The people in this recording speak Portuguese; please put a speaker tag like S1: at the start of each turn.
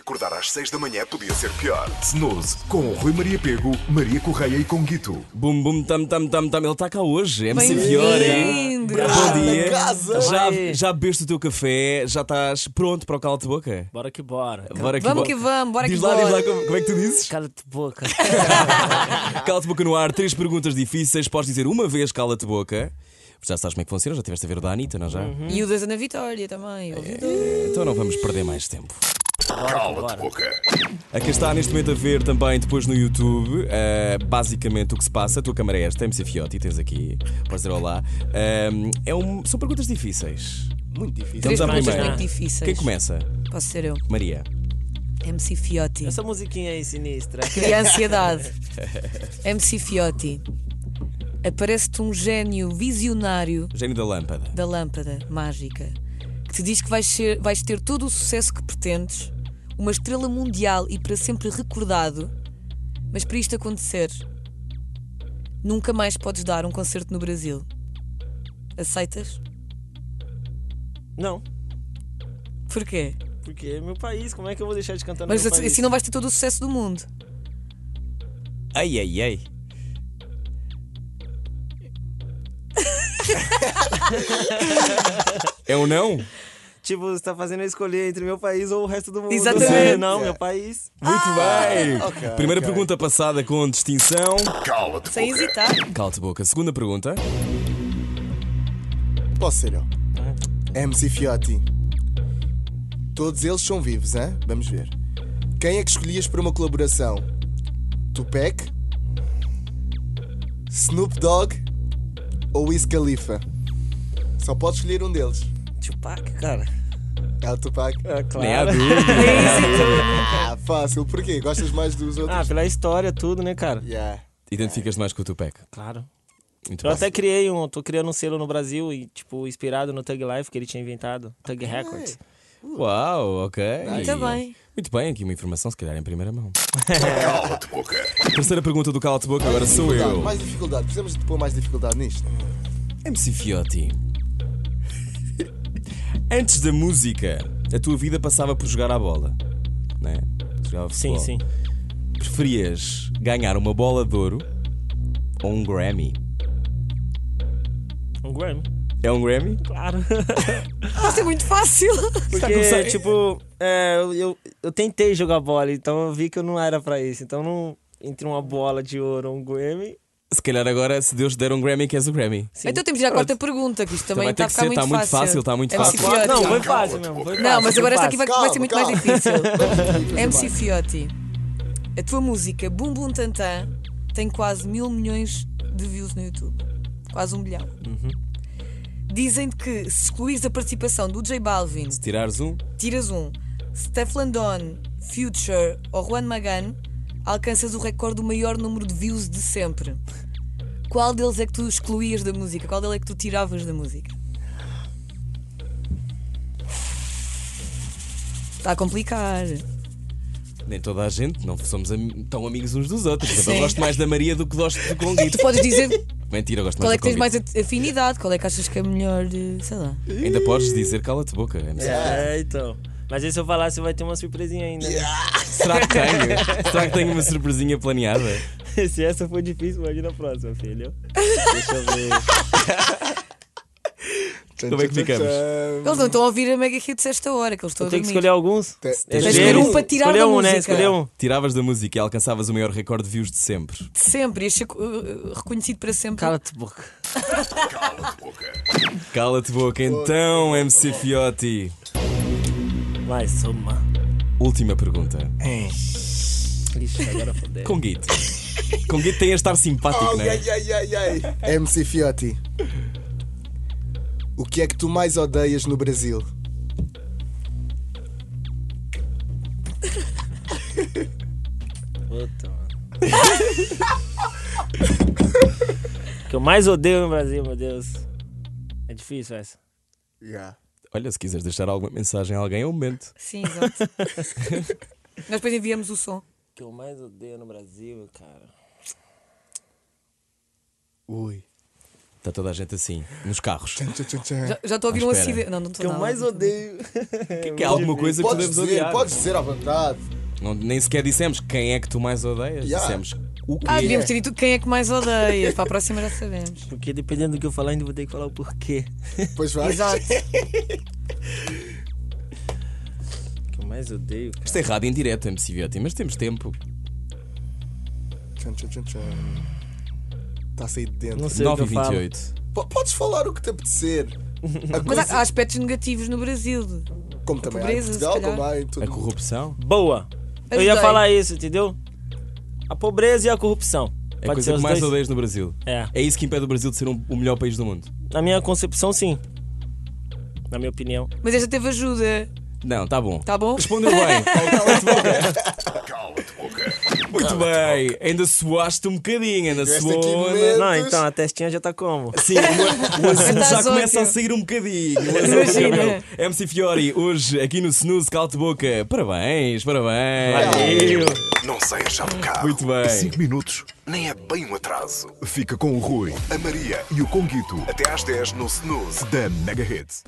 S1: Acordar às 6 da manhã podia ser pior. Snooze, com Rui Maria Pego, Maria Correia e com Guito.
S2: Bum, bum, tam, tam, tam, tam. Ele está cá hoje. MC Fiore. é hein?
S3: Bem-vindo!
S2: Bom dia.
S4: casa.
S2: Já, já bebeste o teu café? Já estás pronto para o calo de boca?
S4: Bora que É, bora.
S2: Bora
S3: Vamos
S2: bo-
S3: que vamos, bora
S2: diz
S3: que
S2: lá,
S3: bora.
S2: Diz lá, como, como é que tu dizes?
S4: Cala-te boca.
S2: Cala-te boca no ar, três perguntas difíceis. Podes dizer uma vez cala-te boca. Já sabes como é que funciona, já estiveste a ver o da Anitta, não é já?
S3: E o da Ana Vitória também. ouvi tudo.
S2: Então não vamos perder mais tempo.
S1: Cala-te, boca.
S2: A quem está neste momento a ver também depois no YouTube, eh, basicamente o que se passa, a tua câmara é esta, MC Fiotti, tens aqui, podes dizer olá. Ehm, é um- são perguntas difíceis.
S4: Muito difícil.
S2: Então Vamos à
S3: perguntas
S2: primeira.
S3: muito difíceis.
S2: Quem começa?
S3: Posso ser eu,
S2: Maria.
S3: MC Fiotti.
S4: Essa musiquinha aí sinistra.
S3: Cria ansiedade. MC Fiotti. Aparece-te um gênio visionário
S2: Gênio da lâmpada.
S3: da lâmpada mágica que te diz que vais, ser- vais ter todo o sucesso que pretendes, uma estrela mundial e para sempre recordado, mas para isto acontecer, nunca mais podes dar um concerto no Brasil. Aceitas?
S4: Não,
S3: Porquê?
S4: porque é meu país. Como é que eu vou deixar de cantar no
S3: Mas
S4: meu
S3: assim
S4: país?
S3: assim não vais ter todo o sucesso do mundo.
S2: Ai, ai, ai. é ou não? Muito
S4: Tipo, você tá fazendo eu escolher entre meu país ou o resto do mundo.
S3: Exatamente.
S4: Sim, Não, meu país. Ah,
S2: bem. Primeira pergunta passada com distinção.
S1: Cala-te,
S3: Sem
S1: boca.
S3: hesitar.
S2: Calte boca. Segunda pergunta.
S5: Posso ser eu? MC Fiotti. Todos eles são vivos, hein? Vamos ver. Quem é que escolhias para uma colaboração? Tupac? Snoop Dogg? Ou Wiz Khalifa? Só podes escolher um deles.
S4: Tupac, cara.
S5: É o Tupac.
S4: É, claro.
S2: Nem há dúvida.
S5: Ah, fácil. Porquê? Gostas mais dos
S4: Ah,
S5: outros?
S4: pela história, tudo, né, cara?
S5: Yeah.
S2: Identificas mais com o Tupac.
S4: Claro.
S2: Muito
S4: Eu
S2: bem.
S4: até criei um, tô criando um selo no Brasil e, tipo, inspirado no Thug Life que ele tinha inventado. Thug Records.
S2: Uau, ok.
S3: Muito bem.
S2: Muito bem, aqui uma informação, se calhar em primeira mão.
S1: Cala-te, boca.
S2: Terceira pergunta do Calte Boca, agora sou eu.
S5: Mais dificuldade. Precisamos de pôr mais dificuldade nisto.
S2: MC Fiotti. Antes da música, a tua vida passava por jogar à bola. Né? Jogava
S4: Sim,
S2: futebol.
S4: sim.
S2: Preferias ganhar uma bola de ouro ou um Grammy?
S4: Um Grammy.
S2: É um Grammy?
S4: Claro.
S3: Nossa, é muito fácil.
S2: Está a
S4: Porque,
S2: começar-
S4: tipo, é, eu, eu, eu tentei jogar bola, então eu vi que eu não era pra isso. Então não entre uma bola de ouro um Grammy.
S2: Se calhar agora, se Deus te der um Grammy, queres o Grammy.
S4: Sim.
S3: Então temos de ir à quarta pergunta, que isto também,
S2: Também tem
S3: está a
S2: que
S3: ficar
S2: ser,
S3: muito
S2: está muito fácil, está muito
S3: MC
S2: fácil.
S3: Fiotti.
S4: Não, foi
S1: Cala-te,
S4: fácil mesmo. Foi
S3: Não,
S4: fácil,
S3: mas agora
S4: foi
S3: esta aqui
S4: fácil.
S3: vai, vai ser muito
S5: Calma,
S3: mais difícil. MC Fiotti, a tua música Bum Bum Tantã tem quase mil milhões de views no YouTube. Quase um bilhão.
S2: Uhum.
S3: Dizem-te que se excluís a participação do J Balvin,
S2: Se tirares um,
S3: tiras um, Stefan Don, Future ou Juan Magan, alcanças o recorde do maior número de views de sempre. Qual deles é que tu excluías da música? Qual dele é que tu tiravas da música? Está Tá a complicar.
S2: nem toda a gente, não somos am- tão amigos uns dos outros. Por exemplo,
S3: Sim.
S2: Eu gosto mais da Maria do que gosto do Conguito.
S3: Tu podes dizer
S2: Mentira, eu gosto
S3: qual é
S2: mais
S3: que
S2: do Conguito.
S3: tens mais a- afinidade, qual é que achas que é melhor, eh, sei lá.
S2: Ainda podes dizer cala-te boca. MC.
S4: É, então. Mas aí se eu falar, você vai ter uma surpresinha ainda. né?
S5: É.
S2: Será que tenho? Será que tenho uma surpresinha planeada?
S4: se essa for difícil, imagina a próxima, filho. Deixa eu ver.
S2: Como é que ficamos?
S3: Eles não estão a ouvir a Mega Hits esta hora, que eles estão
S4: Eu
S3: a
S4: tenho que
S3: dormir.
S4: escolher alguns.
S5: Te-
S4: É
S5: tens
S3: de
S4: deles.
S3: escolher um para tirar
S4: Escolher
S3: da
S4: um,
S3: música.
S4: né? Escolher um.
S2: Tiravas da música e alcançavas o maior recorde de views de sempre.
S3: De sempre, este é eh, reconhecido para sempre.
S4: Cala-te boca.
S1: Cala-te, boca.
S2: Cala-te boca então, MC Fiotti.
S4: Vai, soma.
S2: Última pergunta.
S4: Ixi, agora fodeu.
S2: Conguito. Conguito tem a estar simpático, não é?
S5: ai, ai, ai. MC Fiotti. O que é que tu mais odeias no Brasil?
S4: Puta, mano. o que eu mais odeio no Brasil, meu Deus. É difícil essa.
S2: Olha, se quiseres deixar alguma mensagem a alguém, é o momento.
S3: Sim, exato. Nós depois enviamos o som.
S4: O que eu mais odeio no Brasil, cara.
S5: Ui.
S2: Está toda a gente assim, nos carros.
S5: Tchan, tchan, tchan.
S3: Já- Já estou a ouvir
S2: Ah,
S3: um
S2: espera.
S3: acidente. Não, não estou
S4: que eu
S3: nada.
S4: mais odeio.
S2: Que é alguma coisa que
S5: Podes
S2: podemos
S5: dizer,
S2: odiar.
S5: podes dizer à vontade.
S2: Não, nem sequer dissemos quem é que tu mais odeias.
S5: Yeah.
S2: Dissemos o que
S3: Ah,
S2: é.
S3: devíamos ter dito quem é que mais odeia. Para a próxima já sabemos.
S4: Porque dependendo do que eu falar, ainda vou ter que falar o porquê.
S5: Pois vai.
S3: Exato.
S4: O que eu mais odeio, cara.
S2: Isto é errado em direto, MC Viotti, mas temos tempo.
S5: Está Tá a sair de dentro.
S4: Não sei o
S2: 9
S4: que eu
S2: e
S4: falo.
S2: 28
S5: Po- Podes falar o que te apetecer. A
S3: Mas
S5: coisa,
S3: há, há aspectos negativos no Brasil.
S5: como também há em
S3: pobreza, se
S5: Portugal,
S3: calhar.
S5: como há em todo
S2: A corrupção
S4: Boa. Eu ia
S3: Ajudei.
S4: falar isso, entendeu? A pobreza e a
S2: é
S4: corrupção.
S2: a
S4: Pode ser
S2: coisa que
S4: os
S2: mais
S4: dois.
S2: odeias no Brasil.
S4: É.
S2: É isso que impede o Brasil de ser um- o melhor país do mundo.
S4: Na minha concepção, sim. Na minha opinião.
S3: Mas esta teve ajuda.
S2: Não, tá bom.
S3: Tá bom?
S2: Respondeu bem. Cala-te boca.
S1: Cala-te, boca.
S2: Muito bem. Ainda suaste um bocadinho, ainda
S5: Tiveste
S2: suou.
S5: aqui
S2: ainda-
S5: medo.
S4: Não,
S5: Deus.
S4: então a testinha já tá como?
S2: Sim, o, o azul
S3: Mas
S2: já
S3: tá
S2: começa
S3: ótimo.
S2: a sair um bocadinho. O azul
S3: Imagina.
S2: do cabelo. MC Fiori, hoje aqui no Snooze Calte Boca. Parabéns, parabéns.
S4: Valeu.
S1: Não saias já do carro.
S2: Muito bem.
S1: Cinco minutos nem é bem um atraso. Fica com o Rui, a Maria e o Conguito. Até às 10 no Snooze da Mega Hits.